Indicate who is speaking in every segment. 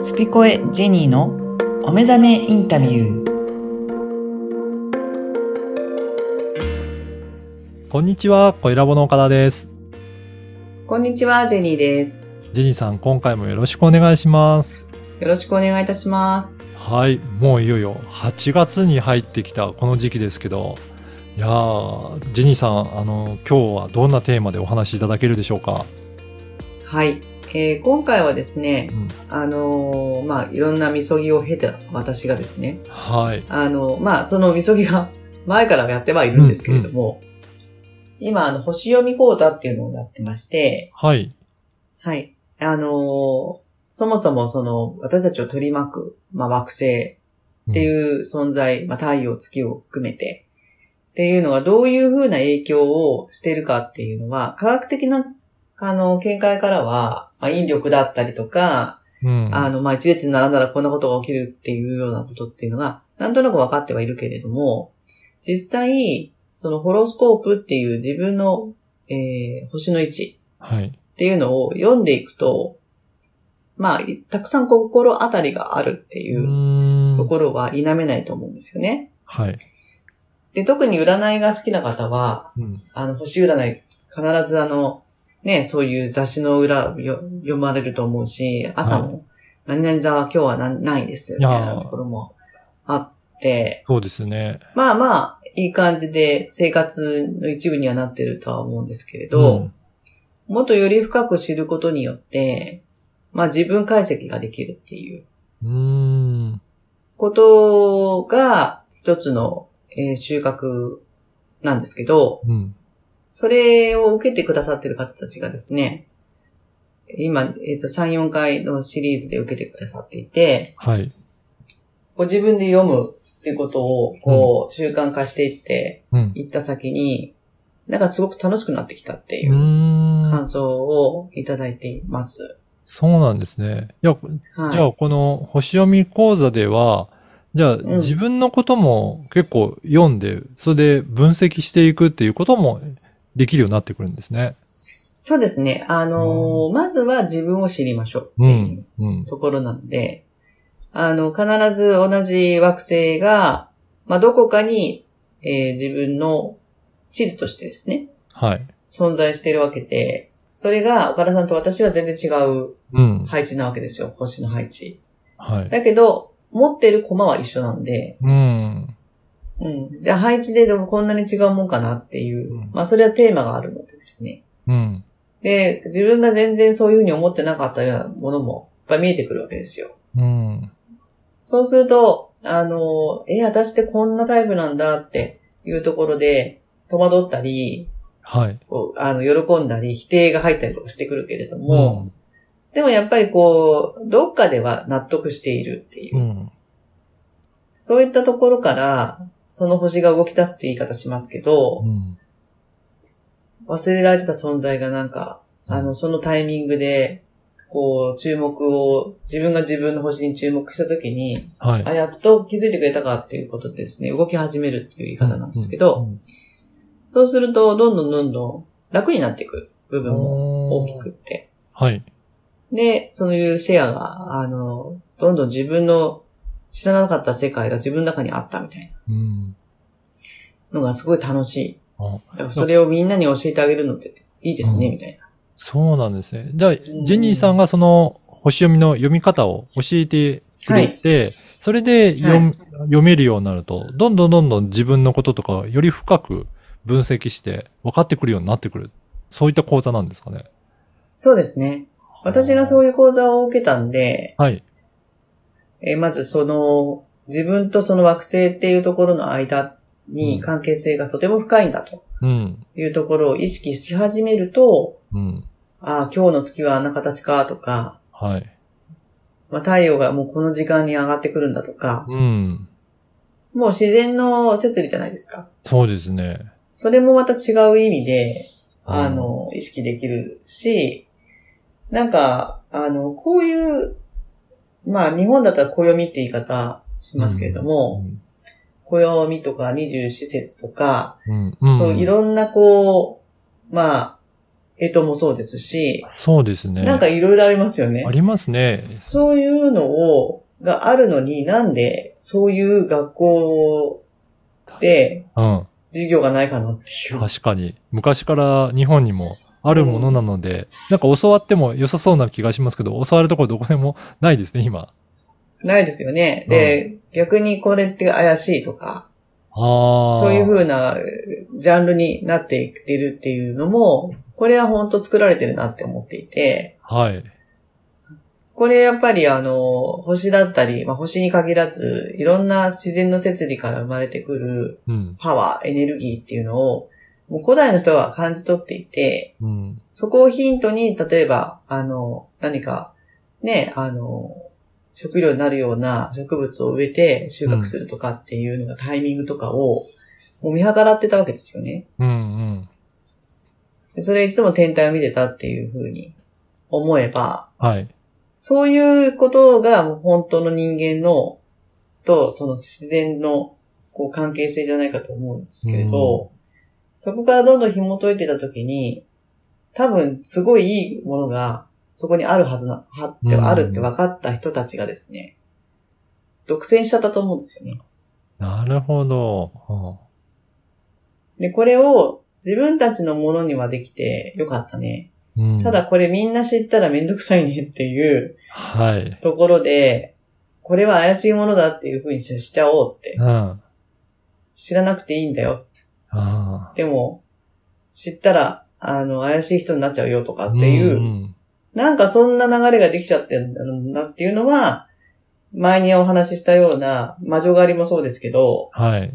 Speaker 1: スピコエジェニーのお目覚めインタビュー。
Speaker 2: こんにちは、コイラボの岡田です。
Speaker 3: こんにちは、ジェニーです。
Speaker 2: ジェニーさん、今回もよろしくお願いします。
Speaker 3: よろしくお願いいたします。
Speaker 2: はい、もういよいよ8月に入ってきたこの時期ですけど、いやー、ジェニーさん、あの、今日はどんなテーマでお話しいただけるでしょうか。
Speaker 3: はい。えー今回はですね
Speaker 2: うん、
Speaker 3: あのーまあ、いろんなみそぎを経た私がですね、
Speaker 2: はい。
Speaker 3: あのーまあ、そのみそぎが 前からやってはいるんですけれども、今、あの、星読み講座っていうのをやってまして、
Speaker 2: はい。
Speaker 3: はい。あのーそもそもその、私たちを取り巻く、まあ、惑星って
Speaker 2: うん。
Speaker 3: いう存在、まあ、太陽、月を含めて、っていうのがどういうふうな影響をしているかっていうのは、科学的な、あの、見解からは、まあ、引力だったりとか、
Speaker 2: うん
Speaker 3: あの、まあ、一列に並んだらこんなことが起きるっていうようなことっていうのが、なんとなく分かってはいるけれども、実際、そのホロスコープっていう自分の、えー星の位置
Speaker 2: はい。
Speaker 3: っていうのを読んでいくと、まあ、いたくさん心当たりがあるって
Speaker 2: う
Speaker 3: い
Speaker 2: ー
Speaker 3: うんところは否めないと思うんですよね。
Speaker 2: はい。
Speaker 3: で、特に占いが好きな方は、
Speaker 2: うん
Speaker 3: あの、星占い、必ずあの、ね、そういう雑誌の裏よ読まれると思うし、朝も、何々座は今日はなないです、
Speaker 2: い
Speaker 3: み
Speaker 2: やー
Speaker 3: たいなところもあって、
Speaker 2: そうですね。
Speaker 3: まあまあ、いい感じで生活の一部にはなってるとは思うんですけれど、もっとより深く知ることによって、まあ自分解析ができるっていう
Speaker 2: うん。うーん。
Speaker 3: ことが一つの、えー収穫なんですけど、
Speaker 2: うん。
Speaker 3: それを受けてくださってる方たちがですね、今、えっ、と、3、4回のシリーズで受けてくださっていて、
Speaker 2: はい。
Speaker 3: ご自分で読むっていうことを、こう、習慣化していって、
Speaker 2: うん。
Speaker 3: いった先に、なんかすごく楽しくなってきたっていうう
Speaker 2: ーん。
Speaker 3: 感想をいただいています。
Speaker 2: そうなんですね。いや、じゃ
Speaker 3: は
Speaker 2: あ、この星読み講座では、じゃあ、
Speaker 3: ん
Speaker 2: 自分のことも結構読んで、それで分析していくっていうこともできるようになってくるんですね。
Speaker 3: い。そうですね。あのーまずは自分を知りましょうって
Speaker 2: う
Speaker 3: いう。
Speaker 2: ん。うん。
Speaker 3: ところなので、あの、必ず同じ惑星が、まあ、どこかに、えー自分の地図としてですね、
Speaker 2: はい。
Speaker 3: 存在しているわけで、それが岡田さんと私は全然違う
Speaker 2: うん。
Speaker 3: 配置なわけですよ、星の配置。
Speaker 2: はい。
Speaker 3: だけど、持ってる駒は一緒なんで、
Speaker 2: うん。
Speaker 3: うん。じゃあ配置ででもこんなに違うもんかなっていう、
Speaker 2: うん
Speaker 3: まあそれはテーマがあるのでですね。
Speaker 2: うん。
Speaker 3: で、自分が全然そういうふうに思ってなかったようなものも、やっぱり見えてくるわけですよ。
Speaker 2: うん。
Speaker 3: そうすると、あの、え、私ってこんなタイプなんだっていうところで、戸惑ったり、
Speaker 2: はい。
Speaker 3: こうあの、喜んだり、否定が入ったりとかしてくるけれども、でもやっぱりこう、どっかでは納得しているっていう、
Speaker 2: うん。うん。
Speaker 3: そういったところから、その星が動き出すって言い方しますけど、
Speaker 2: うん。
Speaker 3: 忘れられてた存在がなんか、あの、そのタイミングで、こう、注目を、自分が自分の星に注目したときに、
Speaker 2: はい。
Speaker 3: あ、やっと気づいてくれたかっていうことでですね、動き始めるっていう言い方なんですけど、
Speaker 2: うん、
Speaker 3: そうすると、どんどんどんどん楽になっていく部
Speaker 2: う
Speaker 3: 分
Speaker 2: ん
Speaker 3: も大きくっ。て。
Speaker 2: はい。
Speaker 3: で、そういうシェアが、あの、どんどん自分の知らなかった世界が自分の中にあったみたい
Speaker 2: うん。
Speaker 3: なのがすごい楽しい。
Speaker 2: あ
Speaker 3: だからそれをみんなに教えてあげるのっていいですね、
Speaker 2: うん
Speaker 3: みたいな。
Speaker 2: そうなんですね。じゃあ、ジェニーさんがその星読みの読み方を教えてくれて、それで読,、
Speaker 3: は
Speaker 2: 読めるようになると、どんどんどんどん自分のこととかより深く分析して分かってくるようになってくる。そういった講座なんですかね。
Speaker 3: そうですね。私がそう
Speaker 2: いう。
Speaker 3: いう講座を受けたんで、
Speaker 2: はい。
Speaker 3: えーまずその、自分とその惑星っていうところの間に関係性がとても深いんだと。
Speaker 2: うん。
Speaker 3: いうところを意識し始めると、
Speaker 2: うん。
Speaker 3: ああ、今日の月はあんな形かとか、
Speaker 2: はい。
Speaker 3: まあ、太陽がもうこの時間に上がってくるんだとか、
Speaker 2: うん。
Speaker 3: もう自然の摂理じゃないですか。
Speaker 2: そうですね。
Speaker 3: それもまた違う意味で、
Speaker 2: うん
Speaker 3: あの、意識できるし、なんか、あの、こういう、まあ日本だったら暦って言い方しますけれども、暦とか二十四節とか、
Speaker 2: うん。うん。
Speaker 3: そういろんなこう、まあ、えともそうですし、
Speaker 2: そうですね。
Speaker 3: なんかいろいろありますよね
Speaker 2: あ。りますね。
Speaker 3: そういうのを、があるのになんでそういう学校で
Speaker 2: うん。
Speaker 3: 授業がないかなっていう。
Speaker 2: 確かに。昔から日本にもあるものなので、なんか教わっても良さそうな気がしますけど、教わるところどこでもないですね、今。
Speaker 3: ないですよね。で、逆にこれって怪しいとか、
Speaker 2: ああ。
Speaker 3: そういう風なえージャンルになっていってるっていうのも、これは本当作られてるなって思っていて、
Speaker 2: はい。
Speaker 3: これやっぱりあの、星だったり、まあ、星に限らず、いろんな自然の摂理から生まれてくる
Speaker 2: うん。
Speaker 3: パワー、エネルギーっていうのを、もう古代の人は感じ取っていて、
Speaker 2: うん。
Speaker 3: そこをヒントに、例えば、あの、何か、ね、あの、食料になるような植物を植えて収穫するとかっていうのがタイミングとかを、もう見計らってたわけですよね。
Speaker 2: うんうん。
Speaker 3: でそれいつも天体を見てたっていうふうに思えば、
Speaker 2: はい。
Speaker 3: そういうことがもう本当の人間の、とその自然のこう関係性じゃないかと思うんですけれど、そこからどんどん紐解いてたときに、多分すごいいいものがそこにあるはずな、はって、
Speaker 2: うん
Speaker 3: あるって分かった人たちがですね、独占しちゃったと思うんですよね。
Speaker 2: なるほど。
Speaker 3: で、これを自分たちのものにはできてよかったね。
Speaker 2: うん、
Speaker 3: ただ、これみんな知ったらめんどくさいねっていう
Speaker 2: はい。
Speaker 3: ところで、これは怪しいものだっていうふうにしちゃおうって
Speaker 2: う。ん。あ
Speaker 3: 知らなくていいんだよ。
Speaker 2: あ。
Speaker 3: でも、知ったら、あの、怪しい人になっちゃうよとかっていう、
Speaker 2: ん
Speaker 3: なんかそんな流れができちゃってるんだろうなっていうのは、前にお話ししたような魔女狩りもそうですけど、
Speaker 2: はい。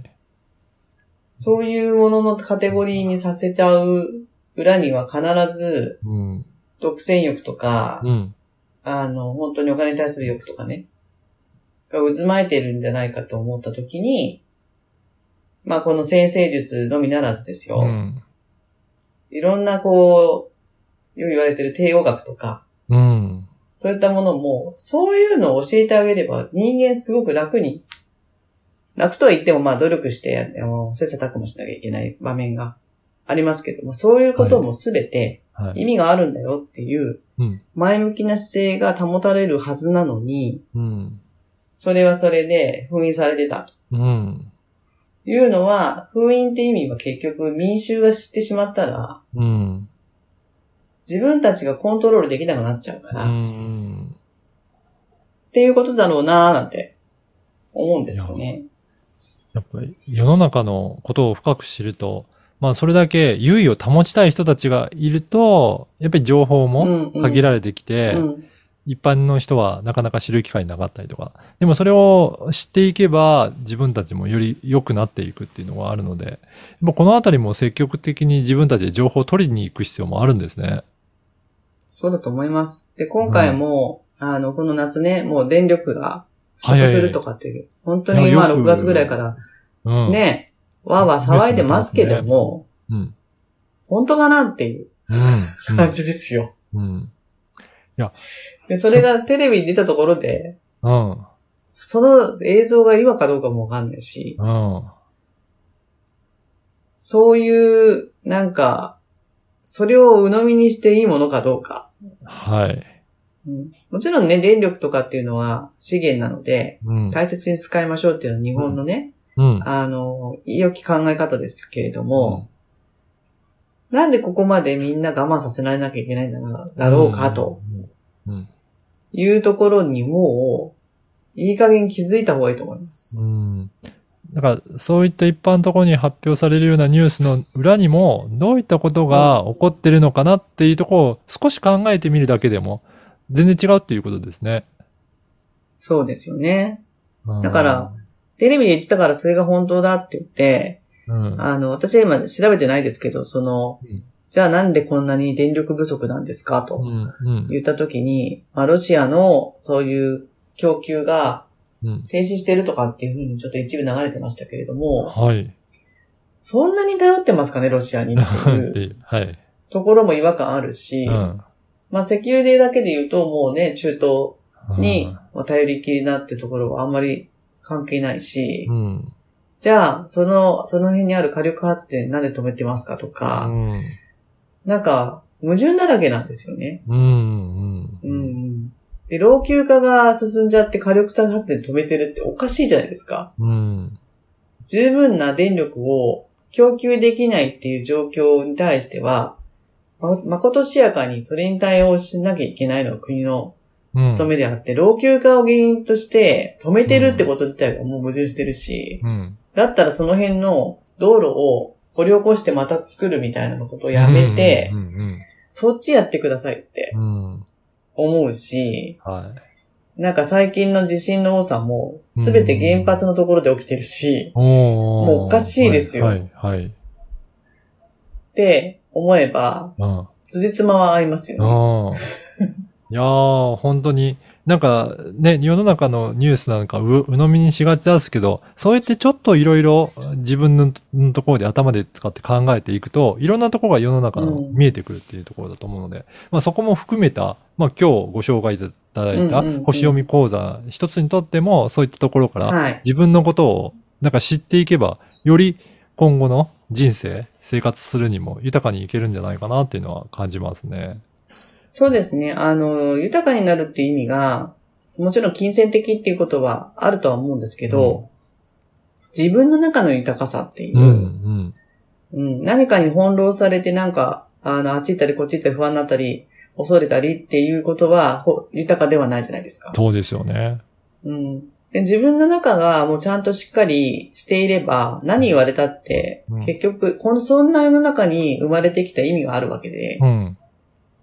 Speaker 3: そういうもののカテゴリーにさせちゃう裏には必ず、
Speaker 2: うん。
Speaker 3: 独占欲とか、
Speaker 2: うん。
Speaker 3: あの、本当にお金に対する欲とかね、が渦巻いてるんじゃないかと思ったときに、まあこの先生術のみならずですよ。
Speaker 2: うん。
Speaker 3: いろんなこう、よく言われてる帝王学とか、
Speaker 2: うん。
Speaker 3: そういったものも、そういうのを教えてあげれば人間すごく楽に、楽とは言ってもまあ努力して、あの切磋琢磨しなきゃいけない場面がありますけども、そういうこともすべて
Speaker 2: はい。
Speaker 3: 意味があるんだよっていう
Speaker 2: うん、
Speaker 3: 前向きな姿勢が保たれるはずなのに、
Speaker 2: うん。
Speaker 3: それはそれで封印されてた。
Speaker 2: うん。
Speaker 3: というのは、封印って意味は結局民衆が知ってしまったら、
Speaker 2: うん。
Speaker 3: 自分たちがコントロールできなくなっちゃうから、
Speaker 2: う
Speaker 3: っ
Speaker 2: ん。
Speaker 3: ていうことだろうなーなんて思うんですよね。
Speaker 2: やっぱり世の中のことを深く知ると、まあそれだけ優位を保ちたい人たちがいると、やっぱり情報も限
Speaker 3: ら
Speaker 2: られてきて、
Speaker 3: うん、
Speaker 2: 一般の人はなかなか知る機会なかったりとか、でもそれを知っていけば自分たちもより良くなっていくっていうのがあるので、もうこのあたりも積極的に自分たちで情報を取りに行く必要もあるんですね。
Speaker 3: そうだと思います。で、今回も、あの、この夏ね、もう電力が不
Speaker 2: 早
Speaker 3: 足
Speaker 2: い
Speaker 3: するとかっていう、本当に今
Speaker 2: いやよ
Speaker 3: 6
Speaker 2: く
Speaker 3: 月ぐらいから
Speaker 2: うん。。
Speaker 3: ね、わーわー騒いでますけど
Speaker 2: ニュースに
Speaker 3: も、
Speaker 2: うん。
Speaker 3: 本当かなっていう感
Speaker 2: う
Speaker 3: じですよ。
Speaker 2: ん。
Speaker 3: でそれがテレビに出たところで、
Speaker 2: うん。うん。
Speaker 3: その映像が今かどうかもわかんないし、
Speaker 2: うん。
Speaker 3: そういう、なんか、それを鵜呑みにしていいものかどうか。
Speaker 2: はい。
Speaker 3: うんもちろんね、電力とかっていうのは資源なので、
Speaker 2: うん。
Speaker 3: 大切に使いましょうっていうのは日本のね、
Speaker 2: うん。
Speaker 3: あの、良き考え方ですけれども、なんでここまでみんな我慢させられなきゃいけないんだな、だろうかと
Speaker 2: うん。
Speaker 3: いうところにもう、いい加減気づいた方がいいと思います。
Speaker 2: うん。だから、そういった一般のところに発表されるようなニュースの裏にも、どういったことが起こってるのかなっていうところを少し考えてみるだけでも、全然違うっていうことですね。
Speaker 3: そうですよね。
Speaker 2: うん
Speaker 3: だから、テレビで言ってたからそれが本当だって言って、
Speaker 2: うん。
Speaker 3: あの、私は今調べてないですけど、その
Speaker 2: うん、
Speaker 3: じゃあなんでこんなに電力不足なんですか
Speaker 2: う
Speaker 3: と
Speaker 2: ん。うん。
Speaker 3: 言った時に、まあ、ロシアのそういう供給が
Speaker 2: うん。
Speaker 3: 停止してるとかっていうふうにちょっと一部流れてましたけれども、
Speaker 2: はい。
Speaker 3: そんなに頼ってますかね、ロシアにって
Speaker 2: って
Speaker 3: いう
Speaker 2: いうはい。
Speaker 3: ところも違和感あるし、
Speaker 2: うん。
Speaker 3: まあ石油でだけで言うともうね、中東
Speaker 2: う
Speaker 3: に
Speaker 2: ん
Speaker 3: まあ頼りきりなってところはあんまり関係ないし、
Speaker 2: うん。
Speaker 3: じゃあ、その、その辺にある火力発電なんで止めてますかとか、
Speaker 2: うん。
Speaker 3: なんか、矛盾だらけなんですよね。
Speaker 2: うん、うん。
Speaker 3: うんうん。で、老朽化が進んじゃって火力発電止めてるっておかしいじゃないですか。
Speaker 2: うん。
Speaker 3: 十分な電力を供給できないっていう状況に対しては、ま、まことしやかにそれに対応しなきゃいけないのが国の
Speaker 2: うん。
Speaker 3: 務めであって、老朽化を原因として止めてるってこと自体がもう矛盾してるし、
Speaker 2: うん。
Speaker 3: だったらその辺の道路を掘り起こしてまた作るみたいなことをやめて、
Speaker 2: うん、うん
Speaker 3: そっちやってくださいって
Speaker 2: うん。うん。
Speaker 3: 思うし、
Speaker 2: は
Speaker 3: なんか最近の地震の多さも、すべて原発のところで起きてるし
Speaker 2: い。、おー
Speaker 3: もうおかしいですよ
Speaker 2: はい、はい。
Speaker 3: って思えば、
Speaker 2: うん。あ
Speaker 3: 辻褄は合いますよね。
Speaker 2: あ。いやー、本当に、なんかね、世の中のニュースなんかう鵜呑みにしがちですけど、そうやってちょっといろいろ自分ののところで頭で使って考えていくと、いろんなところが世の中の
Speaker 3: うん
Speaker 2: 見えてくるっていうところだと思うので、まあそこも含めた、まあ今日ご紹介いただいた
Speaker 3: うんうんうん
Speaker 2: 星読み講座一つにとっても、そういったところから
Speaker 3: はい。
Speaker 2: 自分のことをなんか知っていけば、より今後の人生、生活するにも豊かにいけるんじゃないかなっていうのは感じますね。
Speaker 3: そうですね。あの、豊かになるっていう意味が、もちろん金銭的っていうことはあるとは思うんですけど、自分の中の豊かさっていう、
Speaker 2: うん、うん、
Speaker 3: うん、何かに翻弄されてなんか、あの、あっち行ったりこっち行ったり不安になったり、恐れたりっていうことは、ほ豊かではないじゃないですか。
Speaker 2: そうですよね。
Speaker 3: うん。で、自分の中がもうちゃんとしっかりしていれば、何言われたって、
Speaker 2: うん
Speaker 3: 結局、この、そんな世の中に生まれてきた意味があるわけで、
Speaker 2: うん、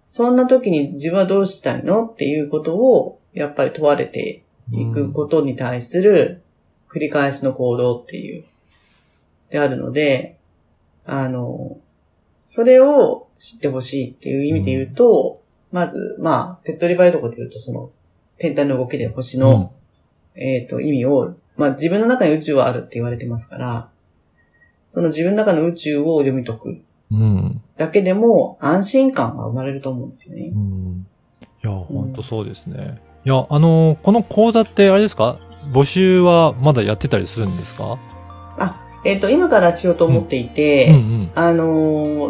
Speaker 3: そんな時に自分はどうしたいのっていうことを、やっぱり問われていくことに対する繰り返しの行動っていう、であるので、あの、それを知ってほしいっていう意味で言うと、まず、まあ、手っ取り早いところで言うと、その、天体の動きで星の、えっ、と、意味を、まあ自分の中に宇宙はあるって言われてますから、その自分の中の宇宙を読み解く
Speaker 2: うん、うん、
Speaker 3: だけでも安心感が生まれると思うんですよね。
Speaker 2: うん。いや、本当そうですね。いや、あのこの講座ってあれですか募集はまだやってたりするんですか
Speaker 3: えっ、と、今からしようと思っていて、
Speaker 2: うん、うん。
Speaker 3: あの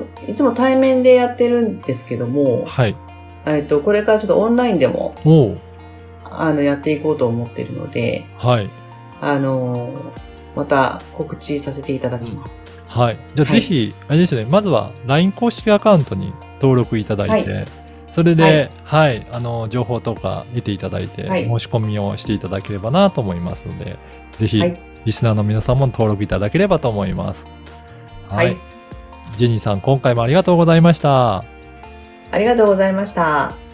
Speaker 3: ーいつも対面でやってるんですけども、
Speaker 2: はい。
Speaker 3: えっ、と、これからちょっとオンラインでも、
Speaker 2: おう
Speaker 3: あの、やっていこうと思ってるので、
Speaker 2: はい。
Speaker 3: あのーまた告知させていただきます。
Speaker 2: はい。じゃあ
Speaker 3: はい
Speaker 2: ぜひ、あれですね、まずは LINE 公式アカウントに登録いただいて、
Speaker 3: は
Speaker 2: それで、はい、あの、情報とか得ていただいて、
Speaker 3: はい
Speaker 2: 申し込みをしていただければなと思いますので、ぜひ、
Speaker 3: はい
Speaker 2: リスナーの皆さんも登録いただければと思います。はい。
Speaker 3: はい
Speaker 2: ジェニーさん、今回もありがとうございました。
Speaker 3: ありがとうございました。